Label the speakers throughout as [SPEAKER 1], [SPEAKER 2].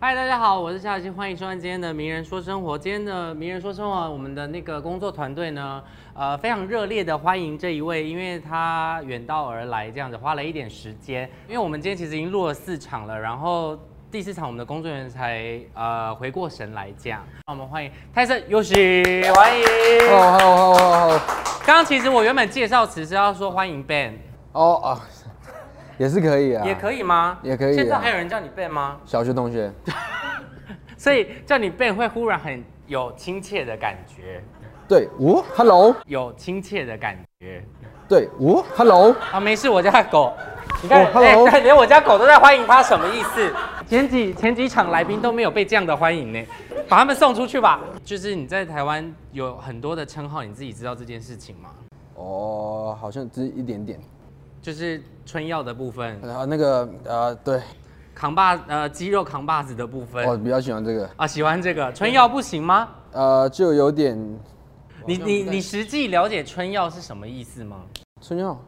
[SPEAKER 1] 嗨，大家好，我是夏小新，欢迎收看今天的《名人说生活》。今天的《名人说生活》，我们的那个工作团队呢，呃，非常热烈的欢迎这一位，因为他远道而来，这样子花了一点时间。因为我们今天其实已经录了四场了，然后第四场我们的工作人员才呃回过神来这样。让我们欢迎泰森尤喜，欢迎。
[SPEAKER 2] 哦，好好好好
[SPEAKER 1] 刚刚其实我原本介绍词是要说欢迎 Ben，
[SPEAKER 2] 哦啊，也是可以啊，
[SPEAKER 1] 也可以吗？
[SPEAKER 2] 也可以啊
[SPEAKER 1] 现在还有人叫你 Ben 吗？
[SPEAKER 2] 小学同学，
[SPEAKER 1] 所以叫你 Ben 会忽然很有亲切的感觉，
[SPEAKER 2] 对，哦，hello，
[SPEAKER 1] 有亲切的感觉。
[SPEAKER 2] 对，哦，hello，
[SPEAKER 1] 啊，没事，我家的狗，你看，
[SPEAKER 2] 哦，hello
[SPEAKER 1] 哎连我家狗都在欢迎他，什么意思？前几前几场来宾都没有被这样的欢迎呢，把他们送出去吧。就是你在台湾有很多的称号，你自己知道这件事情吗？
[SPEAKER 2] 哦，好像只一点点，
[SPEAKER 1] 就是春药的部分，
[SPEAKER 2] 然后那个呃，对，
[SPEAKER 1] 扛把呃肌肉扛把子的部分
[SPEAKER 2] 我比较喜欢这个，
[SPEAKER 1] 啊，喜欢这个春药不行吗？
[SPEAKER 2] 呃，就有点
[SPEAKER 1] 你你你实际了解春药是什么意思吗？
[SPEAKER 2] 春药，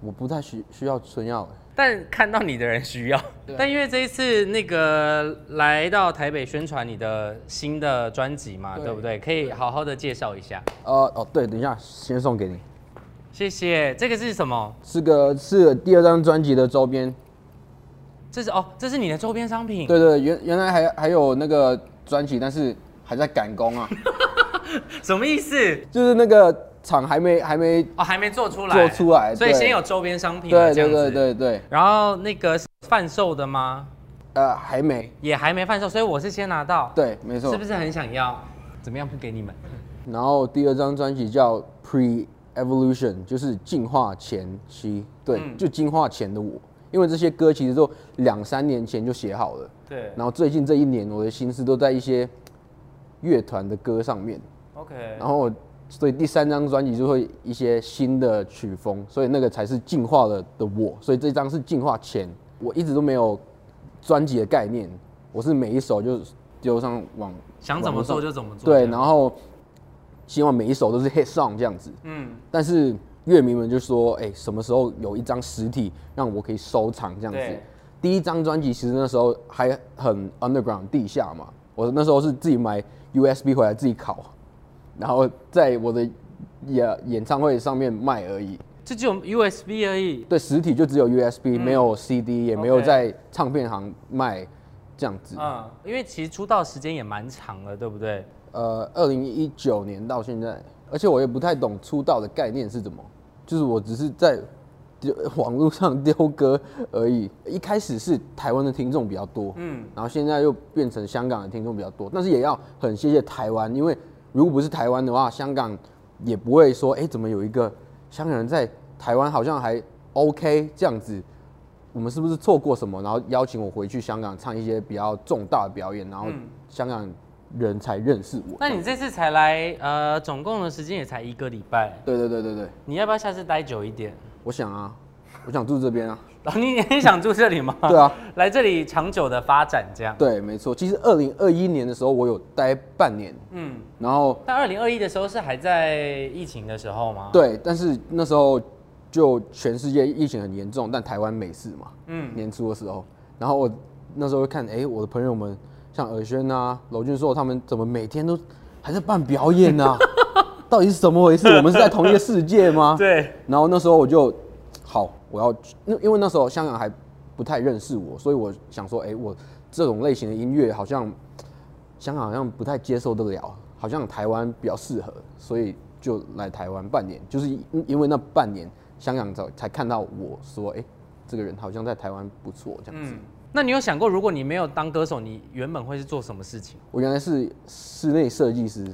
[SPEAKER 2] 我不太需需要春药，
[SPEAKER 1] 但看到你的人需要。但因为这一次那个来到台北宣传你的新的专辑嘛，对
[SPEAKER 2] 对
[SPEAKER 1] 不对？可以好好的介绍一下。
[SPEAKER 2] 呃，哦，对，等一下，先送给你，
[SPEAKER 1] 谢谢。这个是什么？
[SPEAKER 2] 这个是第二张专辑的周边，
[SPEAKER 1] 这是哦，这是你的周边商品。
[SPEAKER 2] 对对，原原来还还有那个专辑，但是还在赶工啊，
[SPEAKER 1] 什么意思？
[SPEAKER 2] 就是那个厂还没还没，
[SPEAKER 1] 哦，还没做出来。
[SPEAKER 2] 做出来
[SPEAKER 1] 所以
[SPEAKER 2] 对
[SPEAKER 1] 先有周边商品。
[SPEAKER 2] 对
[SPEAKER 1] 这样
[SPEAKER 2] 对
[SPEAKER 1] 子
[SPEAKER 2] 对。对对，
[SPEAKER 1] 然后那个是贩售的吗？
[SPEAKER 2] 呃，还没。
[SPEAKER 1] 也还没贩售，所以我是先拿到。
[SPEAKER 2] 对，没错。
[SPEAKER 1] 是不是很想要？怎么样不给你们？
[SPEAKER 2] 然后第二张专辑叫 Pre Evolution，就是进化前期，对，
[SPEAKER 1] 嗯
[SPEAKER 2] 就进化前的我。因为这些歌其实都两三年前就写好了，
[SPEAKER 1] 对
[SPEAKER 2] 然后最近这一年我的心思都在一些乐团的歌上面，
[SPEAKER 1] ，OK。
[SPEAKER 2] 然后我所以第三张专辑就会一些新的曲风，所以那个才是进化了的我，所以这张是进化前，我一直都没有专辑的概念，我是每一首就丢上网，
[SPEAKER 1] 想怎么
[SPEAKER 2] 网络上
[SPEAKER 1] 做就怎么做
[SPEAKER 2] 对，
[SPEAKER 1] 这样
[SPEAKER 2] 然后希望每一首都是 hit song 这样子，
[SPEAKER 1] 嗯，
[SPEAKER 2] 但是乐迷们就说，哎、什么时候有一张实体让我可以收藏这样子
[SPEAKER 1] 对？
[SPEAKER 2] 第一张专辑其实那时候还很 underground 地下嘛，我那时候是自己买 USB 回来自己拷，然后在我的演演唱会上面卖而已。
[SPEAKER 1] 这只有 USB 而已。
[SPEAKER 2] 对，实体就只有 USB，、没有 CD，也没有
[SPEAKER 1] 嗯 OK
[SPEAKER 2] 在唱片行卖这样子。
[SPEAKER 1] 嗯，因为其实出道时间也蛮长了，对不对？
[SPEAKER 2] 呃，二零一九年到现在，而且我也不太懂出道的概念是怎么，就是我只是在丢网络上丢歌而已。一开始是台湾的听众比较多，嗯，然后现在又变成香港的听众比较多，但是也要很谢谢台湾，因为如果不是台湾的话，香港也不会说，哎、怎么有一个香港人在台湾好像还 OK 这样子。我们是不是错过什么？然后邀请我回去香港唱一些比较重大的表演，然后香港人才认识 我。
[SPEAKER 1] 那你这次才来，呃，总共的时间也才一个礼拜，
[SPEAKER 2] 对对对对对，
[SPEAKER 1] 你要不要下次待久一点？
[SPEAKER 2] 我想啊，我想住这边啊。
[SPEAKER 1] 然后你很想住这里吗？
[SPEAKER 2] 对啊，
[SPEAKER 1] 来这里长久的发展这样。
[SPEAKER 2] 对，没错。其实二零二一年的时候，我有待半年，
[SPEAKER 1] 嗯，
[SPEAKER 2] 然后
[SPEAKER 1] 但二零二一的时候是还在疫情的时候吗？，
[SPEAKER 2] 对，但是那时候就全世界疫情很严重，但台湾没事嘛。嗯，年初的时候，然后我那时候看，哎、我的朋友们像尔轩啊、娄俊硕他们，怎么每天都还在办表演呢、啊？到底是怎么回事？我们是在同一个世界吗？
[SPEAKER 1] 对，
[SPEAKER 2] 然后那时候我就，好，我要去，那因为那时候香港还不太认识我，所以我想说，哎、我这种类型的音乐好像香港好像不太接受得了，好像台湾比较适合，所以就来台湾半年，就是因因为那半年香港才才看到我说，哎、这个人好像在台湾不错这样子。
[SPEAKER 1] 嗯。那你有想过，如果你没有当歌手，你原本会是做什么事情？
[SPEAKER 2] 我原来是室内设计师，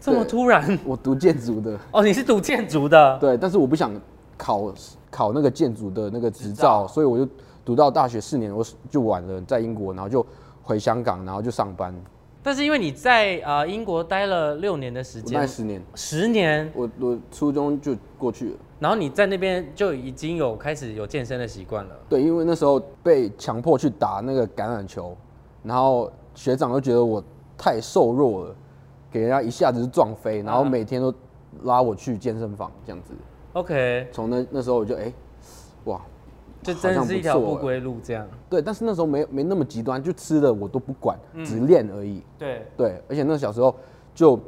[SPEAKER 1] 这么
[SPEAKER 2] 对
[SPEAKER 1] 突然？
[SPEAKER 2] 我读建筑的。
[SPEAKER 1] 哦，你是读建筑的，
[SPEAKER 2] 对，但是我不想考考那个建筑的那个执照，所以我就读到大学四年，我就晚了，在英国，然后就回香港，然后就上班，
[SPEAKER 1] 但是因为你在呃英国待了六年的时
[SPEAKER 2] 我待
[SPEAKER 1] 间，
[SPEAKER 2] 十年，
[SPEAKER 1] 十年，
[SPEAKER 2] 我我初中就过去了。
[SPEAKER 1] 然后你在那边就已经有开始有健身的习惯了。
[SPEAKER 2] 对，因为那时候被强迫去打那个橄榄球，然后学长就觉得我太瘦弱了，给人家一下子就撞飞，然后每天都拉我去健身房这样子。
[SPEAKER 1] OK，
[SPEAKER 2] 从那那时候我就哎、哇，
[SPEAKER 1] 就
[SPEAKER 2] 好
[SPEAKER 1] 真的
[SPEAKER 2] 像
[SPEAKER 1] 是一
[SPEAKER 2] 不
[SPEAKER 1] 条
[SPEAKER 2] 错
[SPEAKER 1] 不
[SPEAKER 2] 欸
[SPEAKER 1] 归路这样。
[SPEAKER 2] 对，但是那时候没没那么极端，就吃的我都不管，只练而已。
[SPEAKER 1] 对，
[SPEAKER 2] 对，而且那小时候就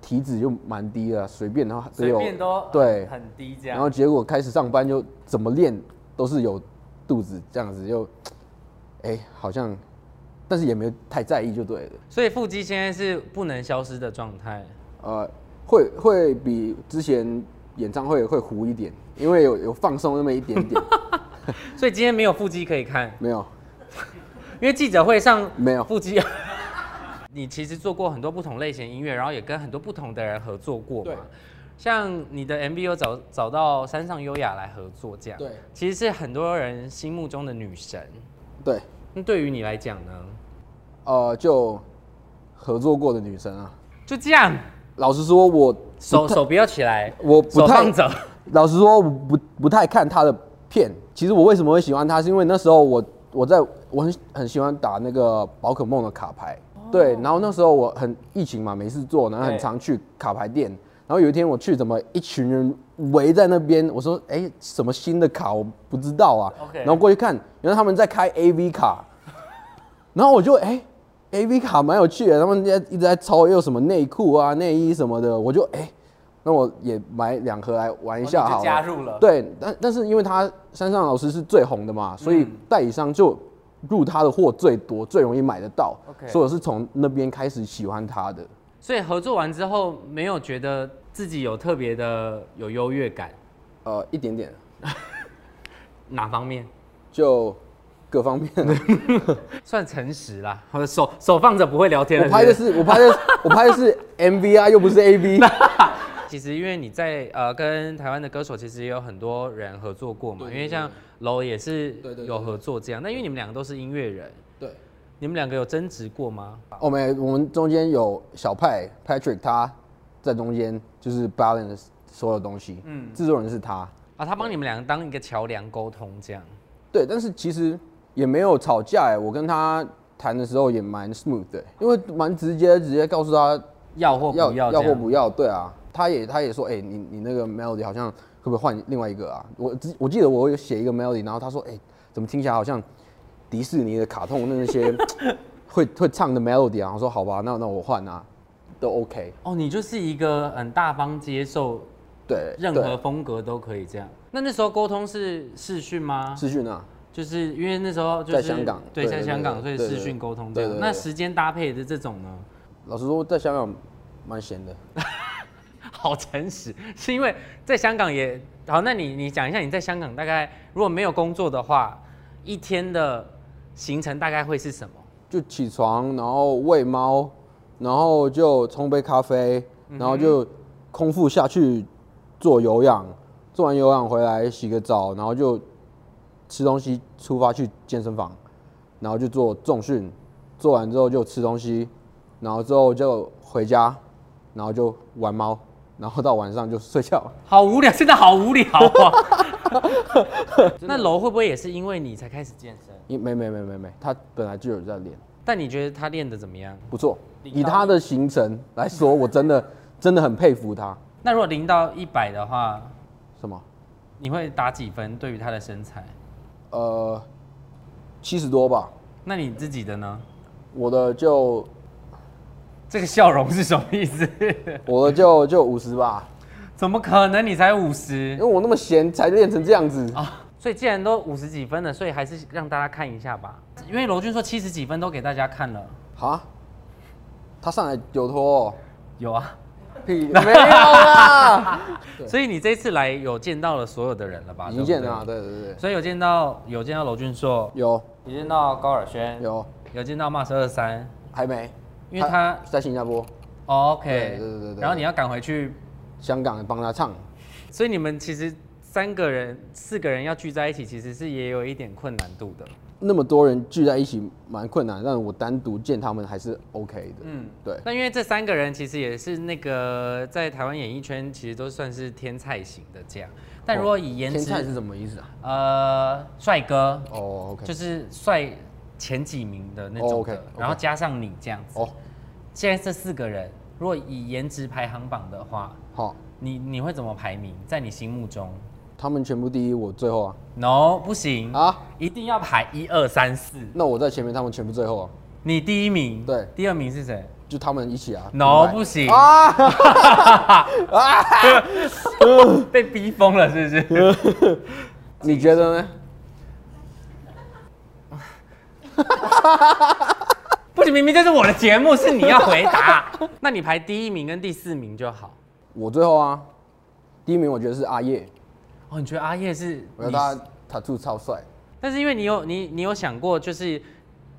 [SPEAKER 2] 体脂就蛮低的啊，随便然后
[SPEAKER 1] 随便都
[SPEAKER 2] 对，
[SPEAKER 1] 很低这
[SPEAKER 2] 然
[SPEAKER 1] 样
[SPEAKER 2] 后。结果开始上班就怎么练都是有肚子这样子，就哎、好像，但是也没有太在意就对了。
[SPEAKER 1] 所以腹肌现在是不能消失的状态。
[SPEAKER 2] 呃，会会比之前演唱会会糊一点，因为有有放松那么一点 点，
[SPEAKER 1] 所以今天没有腹肌可以看，
[SPEAKER 2] 没有
[SPEAKER 1] 因为记者会上
[SPEAKER 2] 没有
[SPEAKER 1] 腹肌。 你其实做过很多不同类型音乐，然后也跟很多不同的人合作过
[SPEAKER 2] 对
[SPEAKER 1] 嘛。像你的 MV 有找找到山上优雅来合作，这样
[SPEAKER 2] 对，
[SPEAKER 1] 其实是很多人心目中的女神。
[SPEAKER 2] 对，
[SPEAKER 1] 那对于你来讲呢？
[SPEAKER 2] 呃，就合作过的女生啊，
[SPEAKER 1] 就这样，
[SPEAKER 2] 老实说我不
[SPEAKER 1] 手
[SPEAKER 2] 太
[SPEAKER 1] 手不要起来，
[SPEAKER 2] 我不
[SPEAKER 1] 手
[SPEAKER 2] 太
[SPEAKER 1] 放走。
[SPEAKER 2] 老实说，我不不太看他的片。其实我为什么会喜欢他，是因为那时候我我在我很很喜欢打那个宝可梦的卡牌，对。然后那时候我很疫情嘛，没事做，然后很
[SPEAKER 1] 对
[SPEAKER 2] 常去卡牌店。然后有一天我去，怎么一群人围在那边？我说：“哎、什么新的卡？我不知道啊。
[SPEAKER 1] OK
[SPEAKER 2] 然后过去看，原来他们在开 AV 卡。然后我就哎、a v 卡蛮有趣的，他们在一直在抽，又有什么内裤啊、内衣什么的，我就哎、那我也买两盒来玩一下
[SPEAKER 1] 哦你就
[SPEAKER 2] 好了。
[SPEAKER 1] 加入了
[SPEAKER 2] 对，但但是因为他山上老师是最红的嘛，所
[SPEAKER 1] 嗯
[SPEAKER 2] 以代理商就入他的货最多，最容易买得到。
[SPEAKER 1] OK
[SPEAKER 2] 所以我是从那边开始喜欢他的。
[SPEAKER 1] 所以合作完之后，没有觉得自己有特别的有优越感，
[SPEAKER 2] 呃，一点点，
[SPEAKER 1] 哪方面？
[SPEAKER 2] 就各方面。啊
[SPEAKER 1] 算诚实啦，我的手手放着不会聊天了
[SPEAKER 2] 我拍的
[SPEAKER 1] 是
[SPEAKER 2] 是我拍的是我拍的是 MV 啊，又不 是 AV。
[SPEAKER 1] 不是其实因为你在呃跟台湾的歌手其实也有很多人合作过嘛，
[SPEAKER 2] 对
[SPEAKER 1] 因为像楼也是
[SPEAKER 2] 对对对
[SPEAKER 1] 有合作这样，那因为你们两个都是音乐人，
[SPEAKER 2] 对。
[SPEAKER 1] 你们两个有争执过吗？
[SPEAKER 2] 我们我们中间有小派 Patrick，他在中间就是 balance 所有东西，嗯，制作人是他，
[SPEAKER 1] 啊，他帮你们两个当一个桥梁沟通这样，
[SPEAKER 2] 对，但是其实也没有吵架哎，我跟他谈的时候也蛮 smooth 的，欸因为蛮直接，直接告诉他
[SPEAKER 1] 要或不
[SPEAKER 2] 要
[SPEAKER 1] 要
[SPEAKER 2] 要
[SPEAKER 1] 这
[SPEAKER 2] 或
[SPEAKER 1] 样
[SPEAKER 2] 不要，对啊，他也他也说，哎、你你那个 melody 好像会不会换另外一个啊？我只我记得我有写一个 melody，然后他说，哎、怎么听起来好像迪士尼的卡通的那些 会会唱的 melody 啊？我说好吧，那那我换啊，都 OK，
[SPEAKER 1] 哦，你就是一个很大方接受
[SPEAKER 2] 对，
[SPEAKER 1] 任
[SPEAKER 2] 对
[SPEAKER 1] 何风格都可以这样。那那时候沟通是视讯吗？
[SPEAKER 2] 资讯啊，
[SPEAKER 1] 就是因为那时候就是
[SPEAKER 2] 在香港
[SPEAKER 1] 对，
[SPEAKER 2] 对
[SPEAKER 1] 在
[SPEAKER 2] 对
[SPEAKER 1] 香
[SPEAKER 2] 对
[SPEAKER 1] 港，所以
[SPEAKER 2] 对
[SPEAKER 1] 视
[SPEAKER 2] 对
[SPEAKER 1] 讯
[SPEAKER 2] 对
[SPEAKER 1] 沟通这样。
[SPEAKER 2] 对对对
[SPEAKER 1] 那时间搭配的这种呢，
[SPEAKER 2] 老实说，在香港蛮闲的。
[SPEAKER 1] 好诚实，是因为在香港也好。那你你讲一下你在香港大概如果没有工作的话，一天的行程大概会是什么？
[SPEAKER 2] 就起床，然后喂猫，然后就冲杯咖啡，
[SPEAKER 1] 嗯
[SPEAKER 2] 然后就空腹下去做有氧，做完有氧回来洗个澡，然后就吃东西，出发去健身房，然后就做重训，做完之后就吃东西，然后之后就回家，然后就玩猫，然后到晚上就睡觉。
[SPEAKER 1] 好无聊，真的好无聊啊！那楼会不会也是因为你才开始健身？
[SPEAKER 2] 因没没没没没，他本来就有在练，
[SPEAKER 1] 但你觉得他练得怎么样？
[SPEAKER 2] 不错。
[SPEAKER 1] 领
[SPEAKER 2] 以
[SPEAKER 1] 到
[SPEAKER 2] 他的行程来说，我真 的真的很佩服他。
[SPEAKER 1] 那如果零到一百的话，
[SPEAKER 2] 什么？
[SPEAKER 1] 你会打几分？对于他的身材，
[SPEAKER 2] 呃，七十多吧，
[SPEAKER 1] 那你自己的呢？
[SPEAKER 2] 我的就
[SPEAKER 1] 这个笑容是什么意思？
[SPEAKER 2] 我的就就五十吧，
[SPEAKER 1] 怎么可能？你才五
[SPEAKER 2] 因
[SPEAKER 1] 十
[SPEAKER 2] 为我那么闲才练成这样子。
[SPEAKER 1] 啊！所以既然都五十几分了，所以还是让大家看一下吧。因为罗俊说七十几分都给大家看了，
[SPEAKER 2] 啊，他上来有拖、哦，
[SPEAKER 1] 有啊。
[SPEAKER 2] 屁没有啦，
[SPEAKER 1] 所以你这次来有见到了所有的人了吧？
[SPEAKER 2] 已经见
[SPEAKER 1] 啊对
[SPEAKER 2] 了
[SPEAKER 1] 不
[SPEAKER 2] 啊，对对对
[SPEAKER 1] 对。，所以有见到有见到罗俊硕，
[SPEAKER 2] 有
[SPEAKER 1] 有见到高尔轩，
[SPEAKER 2] 有
[SPEAKER 1] 有见到 Mas 二三，
[SPEAKER 2] 还没，
[SPEAKER 1] 因为他
[SPEAKER 2] 在新加坡、
[SPEAKER 1] 哦 OK，
[SPEAKER 2] 对对对对对
[SPEAKER 1] 然后你要赶回去，
[SPEAKER 2] 香港帮他唱，
[SPEAKER 1] 所以你们其实三个人、四个人要聚在一起，其实是也有一点困难度的。
[SPEAKER 2] 那么多人聚在一起蛮困难，但我单独见他们还是 OK 的。
[SPEAKER 1] 嗯
[SPEAKER 2] 嗯，对，
[SPEAKER 1] 那因为这三个人其实也是那个在台湾演艺圈其实都算是天菜型的这样，但如果以颜
[SPEAKER 2] 哦天菜
[SPEAKER 1] 值，
[SPEAKER 2] 是什么意思啊？
[SPEAKER 1] 呃，帅哥
[SPEAKER 2] 哦，OK，
[SPEAKER 1] 就是帅前几名的那
[SPEAKER 2] 哦
[SPEAKER 1] 种
[SPEAKER 2] ，OK，
[SPEAKER 1] 的
[SPEAKER 2] OK
[SPEAKER 1] 然后加上你这样子，
[SPEAKER 2] 哦，
[SPEAKER 1] 现在这四个人如果以颜值排行榜的话，
[SPEAKER 2] 好，
[SPEAKER 1] 你你会怎么排名？在你心目中，
[SPEAKER 2] 他们全部第一，我最后啊
[SPEAKER 1] No，不行，
[SPEAKER 2] 啊，
[SPEAKER 1] 一定要排一二三四。
[SPEAKER 2] 那我在前面，他们全部最后啊，
[SPEAKER 1] 你第一名，
[SPEAKER 2] 对
[SPEAKER 1] 第二名是谁
[SPEAKER 2] 就他们一起啊。
[SPEAKER 1] ？No，
[SPEAKER 2] 明白
[SPEAKER 1] 不行，
[SPEAKER 2] 啊啊！
[SPEAKER 1] 被逼疯了是不 是？
[SPEAKER 2] 你觉得呢？
[SPEAKER 1] 不行，明明这是我的节目，是你要回答。那你排第一名跟第四名就好。
[SPEAKER 2] 我最后啊，第一名我觉得是阿叶，
[SPEAKER 1] 哦，你觉得阿叶是
[SPEAKER 2] 我觉得
[SPEAKER 1] 你
[SPEAKER 2] 他他兔超帅。
[SPEAKER 1] 但是因为你有你你有想过，就是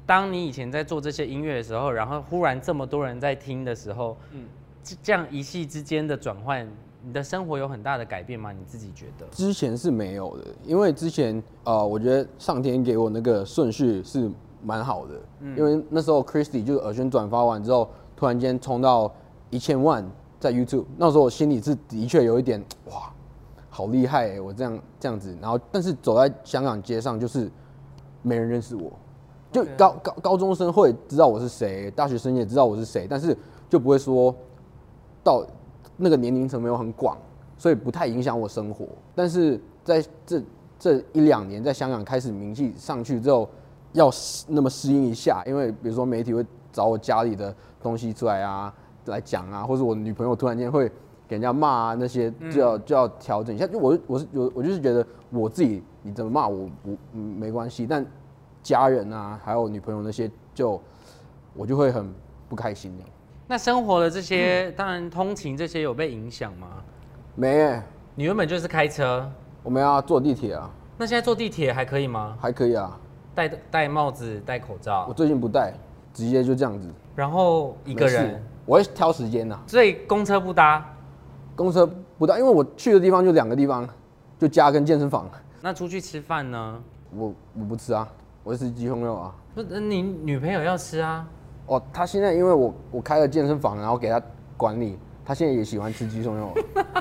[SPEAKER 1] 当你以前在做这些音乐的时候，然后忽然这么多人在听的时候，嗯，这这样一系之间的转换，你的生活有很大的改变吗？你自己觉得？
[SPEAKER 2] 之前是没有的，因为之前呃，我觉得上天给我那个顺序是蛮好的，因为那时候 Christy 就是耳宣转发完之后，突然间冲到一千万在 YouTube，那时候我心里是的确有一点哇，好厉害、欸，我这样这样子，然后但是走在香港街上就是没人认识我，就
[SPEAKER 1] OK
[SPEAKER 2] 高高高中生会知道我是谁，大学生也知道我是谁，但是就不会说到那个年龄层没有很广，所以不太影响我生活。但是在这这一两年，在香港开始名气上去之后，要适那么适应一下，因为比如说媒体会找我家里的东西出来啊，来讲啊，或者我女朋友突然间会给人家骂啊，那些就要就要调整一下。就我我是我我就是觉得我自己你怎么骂我不嗯没关系，但家人啊还有女朋友那些就我就会很不开心的。
[SPEAKER 1] 那生活的这些，
[SPEAKER 2] 嗯
[SPEAKER 1] 当然通勤这些有被影响吗？
[SPEAKER 2] 没欸、
[SPEAKER 1] 你原本就是开车，
[SPEAKER 2] 我们要坐地铁啊，
[SPEAKER 1] 那现在坐地铁还可以吗？
[SPEAKER 2] 还可以啊。
[SPEAKER 1] 戴戴帽子、戴口
[SPEAKER 2] 我
[SPEAKER 1] 罩，
[SPEAKER 2] 最近不戴，直接就这样子。
[SPEAKER 1] 然后一个
[SPEAKER 2] 没事
[SPEAKER 1] 人，，
[SPEAKER 2] 我会挑时间呐、
[SPEAKER 1] 所以公车不搭。
[SPEAKER 2] 公车不搭，因为我去的地方就两个地方，就家跟健身房。
[SPEAKER 1] 那出去吃饭呢？
[SPEAKER 2] 我我不吃啊，我就吃鸡胸肉啊。
[SPEAKER 1] 不，那你女朋友要吃啊。
[SPEAKER 2] 哦，他现在因为我我开了健身房，然后给他管理，他现在也喜欢吃鸡胸肉。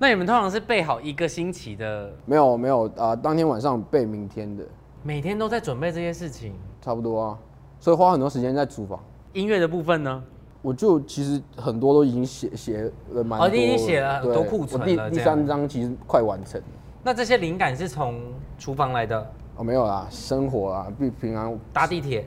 [SPEAKER 1] 那你们通常是备好一个星期的
[SPEAKER 2] 没有没有啊、呃当天晚上备明天的，
[SPEAKER 1] 每天都在准备这些事情。
[SPEAKER 2] 差不多啊。所以花很多时间在厨房，
[SPEAKER 1] 音乐的部分呢？
[SPEAKER 2] 我就其实很多都已经写写了蛮多了。
[SPEAKER 1] 哦你已经写了很多
[SPEAKER 2] 对
[SPEAKER 1] 库存
[SPEAKER 2] 我第
[SPEAKER 1] 了
[SPEAKER 2] 第
[SPEAKER 1] 这样
[SPEAKER 2] 三章其实快完成了。
[SPEAKER 1] 那这些灵感是从厨房来的，
[SPEAKER 2] 哦，没有啦，生活啊，比平常
[SPEAKER 1] 搭地铁、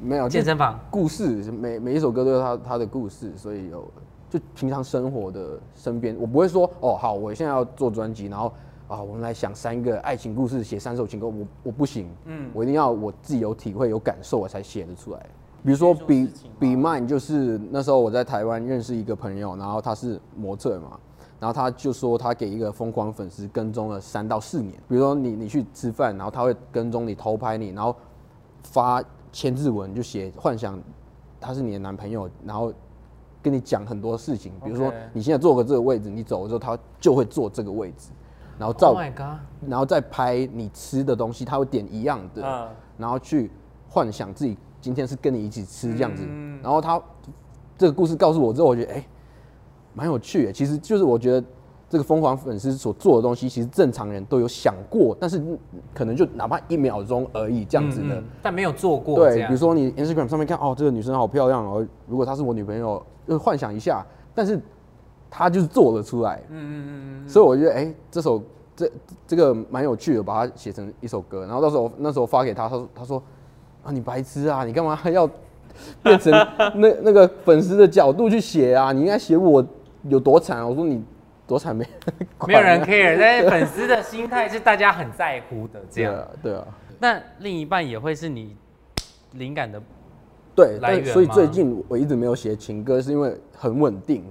[SPEAKER 2] 没有就
[SPEAKER 1] 健身房。
[SPEAKER 2] 故事，每每一首歌都有它它的故事，所以有就平常生活的身边，我不会说哦，好，我现在要做专辑，然后啊，我们来想三个爱情故事，写三首情歌，我我不行，嗯，我一定要我自己有体会、有感受，我才写得出来。比如说比比 mine 就是那时候我在台湾认识一个朋友，然后他是模特嘛，然后他就说他给一个疯狂粉丝跟踪了三到四年，比如说你你去吃饭，然后他会跟踪你偷拍你，然后发千字文就写幻想他是你的男朋友，然后跟你讲很多事情，比如说
[SPEAKER 1] OK
[SPEAKER 2] 你现在坐个这个位置，你走了之后他就会坐这个位置，然后照
[SPEAKER 1] Oh my god！
[SPEAKER 2] 然后再拍你吃的东西，他会点一样的，
[SPEAKER 1] 嗯
[SPEAKER 2] 然后去幻想自己今天是跟你一起吃这样子。
[SPEAKER 1] 嗯
[SPEAKER 2] 然后他这个故事告诉我之后，我觉得哎，蛮、有趣的。其实就是我觉得这个疯狂粉丝所做的东西，其实正常人都有想过，但是可能就哪怕一秒钟而已这样子的。
[SPEAKER 1] 嗯但没有做过这
[SPEAKER 2] 对，
[SPEAKER 1] 样。
[SPEAKER 2] 比如说你 Instagram 上面看哦，这个女生好漂亮哦，如果她是我女朋友，就幻想一下，但是她就是做了出来。嗯嗯嗯。所以我觉得，哎、这首这这个蛮有趣的，把它写成一首歌，然后到时候那时候发给她，她说她说啊，你白痴啊，你干嘛要 变成那那个粉丝的角度去写啊？你应该写我有多惨啊。我说你多惨没？啊
[SPEAKER 1] 没有人 care，但是粉丝的心态是大家很在乎的这
[SPEAKER 2] 对
[SPEAKER 1] 样。
[SPEAKER 2] 啊，对啊。
[SPEAKER 1] 那另一半也会是你灵感的，
[SPEAKER 2] 对，
[SPEAKER 1] 来
[SPEAKER 2] 但
[SPEAKER 1] 源
[SPEAKER 2] 所以
[SPEAKER 1] 吗
[SPEAKER 2] 最近我一直没有写情歌，是因为很稳定，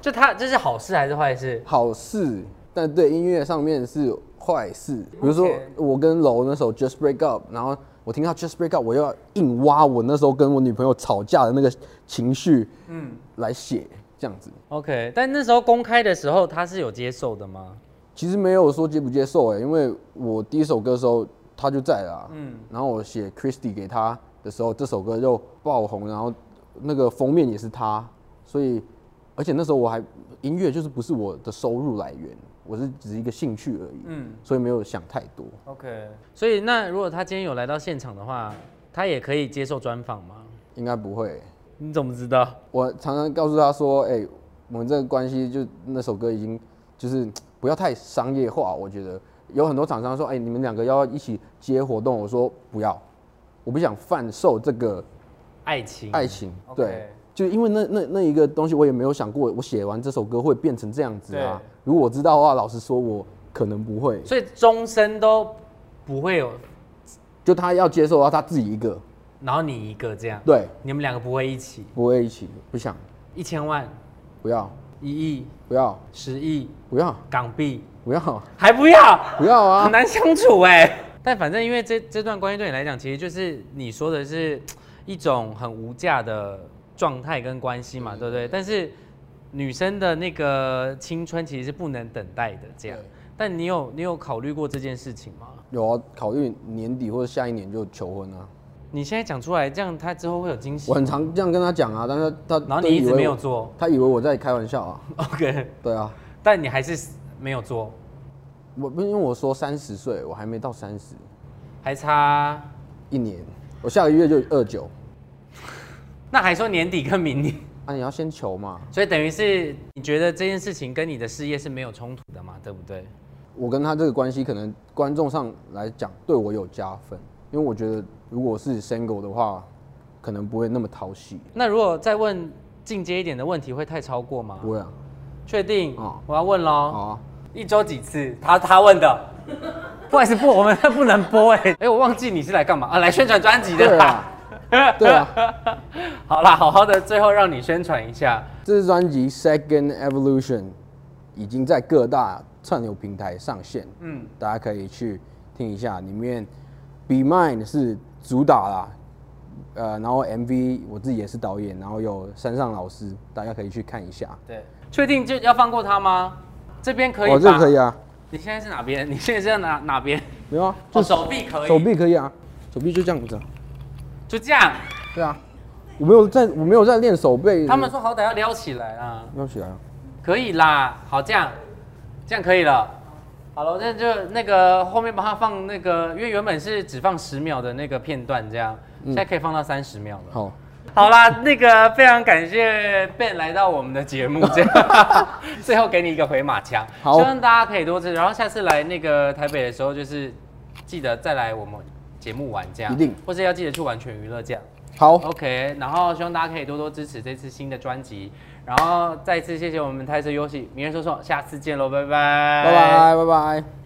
[SPEAKER 1] 就他这是好事还是坏事？
[SPEAKER 2] 好事，但对音乐上面是坏事。比如说
[SPEAKER 1] OK
[SPEAKER 2] 我跟楼那首《Just Break Up》，然后我听到《Just Break Up》，我又要硬挖我那时候跟我女朋友吵架的那个情绪，嗯，来写这样子。
[SPEAKER 1] OK，但那时候公开的时候，他是有接受的吗？
[SPEAKER 2] 其实没有说接不接受哎、因为我第一首歌的时候他就在啦，嗯，然后我写 Christy 给他的时候，这首歌就爆红，然后那个封面也是他，所以而且那时候我还音乐就是不是我的收入来源，我是只是一个兴趣而已，嗯，所以没有想太多。
[SPEAKER 1] OK，所以那如果他今天有来到现场的话，他也可以接受专访吗？
[SPEAKER 2] 应该不会欸、
[SPEAKER 1] 你怎么知道？
[SPEAKER 2] 我常常告诉他说，哎、我们这个关系就那首歌已经就是不要太商业化，我觉得有很多厂商说，哎、你们两个要一起接活动，我说不要，我不想贩售这个
[SPEAKER 1] 爱情，
[SPEAKER 2] 爱情，
[SPEAKER 1] OK
[SPEAKER 2] 对，就因为那那那一个东西，我也没有想过，我写完这首歌会变成这样子啊
[SPEAKER 3] 对。
[SPEAKER 2] 如果我知道的话，老实说，我可能不会。
[SPEAKER 1] 所以终身都不会有，
[SPEAKER 2] 就他要接受到他自己一个，
[SPEAKER 1] 然后你一个这样，
[SPEAKER 2] 对，
[SPEAKER 1] 你们两个不会一起，
[SPEAKER 2] 不会一起，不想，
[SPEAKER 1] 一千万、
[SPEAKER 2] 不要，
[SPEAKER 1] 一亿、
[SPEAKER 2] 不要，
[SPEAKER 1] 十亿
[SPEAKER 2] 不要，
[SPEAKER 1] 港币
[SPEAKER 2] 不要，
[SPEAKER 1] 还不要，
[SPEAKER 2] 不要
[SPEAKER 1] 很
[SPEAKER 2] 啊！
[SPEAKER 1] 难相处哎、但反正因为这这段关系对你来讲，其实就是你说的是一种很无价的状态跟关系
[SPEAKER 2] 嗯
[SPEAKER 1] 嘛，对不对？但是女生的那个青春其实是不能等待的，这样
[SPEAKER 2] 对。
[SPEAKER 1] 但你有你有考虑过这件事情吗？
[SPEAKER 2] 有啊，考虑年底或者下一年就求婚啊。
[SPEAKER 1] 你现在讲出来，这样他之后会有惊喜
[SPEAKER 2] 我。很常这样跟他讲啊，但是他
[SPEAKER 1] 然后
[SPEAKER 2] 都
[SPEAKER 1] 你一
[SPEAKER 2] 以
[SPEAKER 1] 直
[SPEAKER 2] 为
[SPEAKER 1] 没有
[SPEAKER 2] 我，
[SPEAKER 1] 做
[SPEAKER 2] 他以为我在开玩笑啊。
[SPEAKER 1] ，OK，
[SPEAKER 2] 对啊，
[SPEAKER 1] 但你还是没有做，
[SPEAKER 2] 我不是因为我说三十岁，我还没到三十，
[SPEAKER 1] 还差。
[SPEAKER 2] 一年，我下个月就二九。
[SPEAKER 1] 那还说年底跟明年，
[SPEAKER 2] 啊，你要先求嘛。
[SPEAKER 1] 所以等于是你觉得这件事情跟你的事业是没有冲突的嘛，对不对？
[SPEAKER 2] 我跟他这个关系，可能观众上来讲对我有加分，因为我觉得如果是 single 的话，可能不会那么讨喜。
[SPEAKER 1] 那如果再问进阶一点的问题，会太超过吗？
[SPEAKER 2] 不会啊，
[SPEAKER 1] 确定？
[SPEAKER 2] 哦
[SPEAKER 1] 我要问喽。
[SPEAKER 2] 好啊，
[SPEAKER 1] 一周几次？他他问的。 不好意思，不，我们不能播哎、哎、我忘记你是来干嘛啊？来宣传专辑的
[SPEAKER 2] 对
[SPEAKER 1] 啦。
[SPEAKER 2] 啊，对啊，
[SPEAKER 1] 好啦，好好的，最后让你宣传一下。
[SPEAKER 2] 这支专辑《Second Evolution》已经在各大串流平台上线，
[SPEAKER 1] 嗯，
[SPEAKER 2] 大家可以去听一下。里面《Be Mine》是主打啦，呃，然后 MV 我自己也是导演，然后有山上老师，大家可以去看一下。
[SPEAKER 1] 对，确定就要放过他吗？这边可以吧？
[SPEAKER 2] 哦，这个可以。啊，
[SPEAKER 1] 你现在是哪边？你现在是要哪哪边？
[SPEAKER 2] 没有啊，
[SPEAKER 1] 哦，
[SPEAKER 2] 就
[SPEAKER 1] 手臂可以。
[SPEAKER 2] 手臂可以啊，手臂就这样子、啊。
[SPEAKER 1] 就这样。
[SPEAKER 2] 对啊，我没有在，我没有在练手背。
[SPEAKER 1] 他们说好歹要撩起来啊。
[SPEAKER 2] 要起来啊，
[SPEAKER 1] 可以啦，好这样，这样可以了。好了，那就那个后面帮他放那个，因为原本是只放十秒的那个片段，这样、
[SPEAKER 2] 嗯
[SPEAKER 1] 现在可以放到三十秒了。
[SPEAKER 2] 好，
[SPEAKER 1] 好啦，那个非常感谢 Ben 来到我们的节目，这 样最后给你一个回马枪，
[SPEAKER 2] 好
[SPEAKER 1] 希望大家可以多支持，然后下次来那个台北的时候，就是记得再来我们节目玩这样，
[SPEAKER 2] 一定，
[SPEAKER 1] 或是要记得去完全娱乐这样。
[SPEAKER 2] 好，
[SPEAKER 1] OK，然后希望大家可以多多支持这次新的专辑，然后再次谢谢我们台式游戏，明天说说，下次见喽，拜拜，
[SPEAKER 2] 拜拜，拜拜。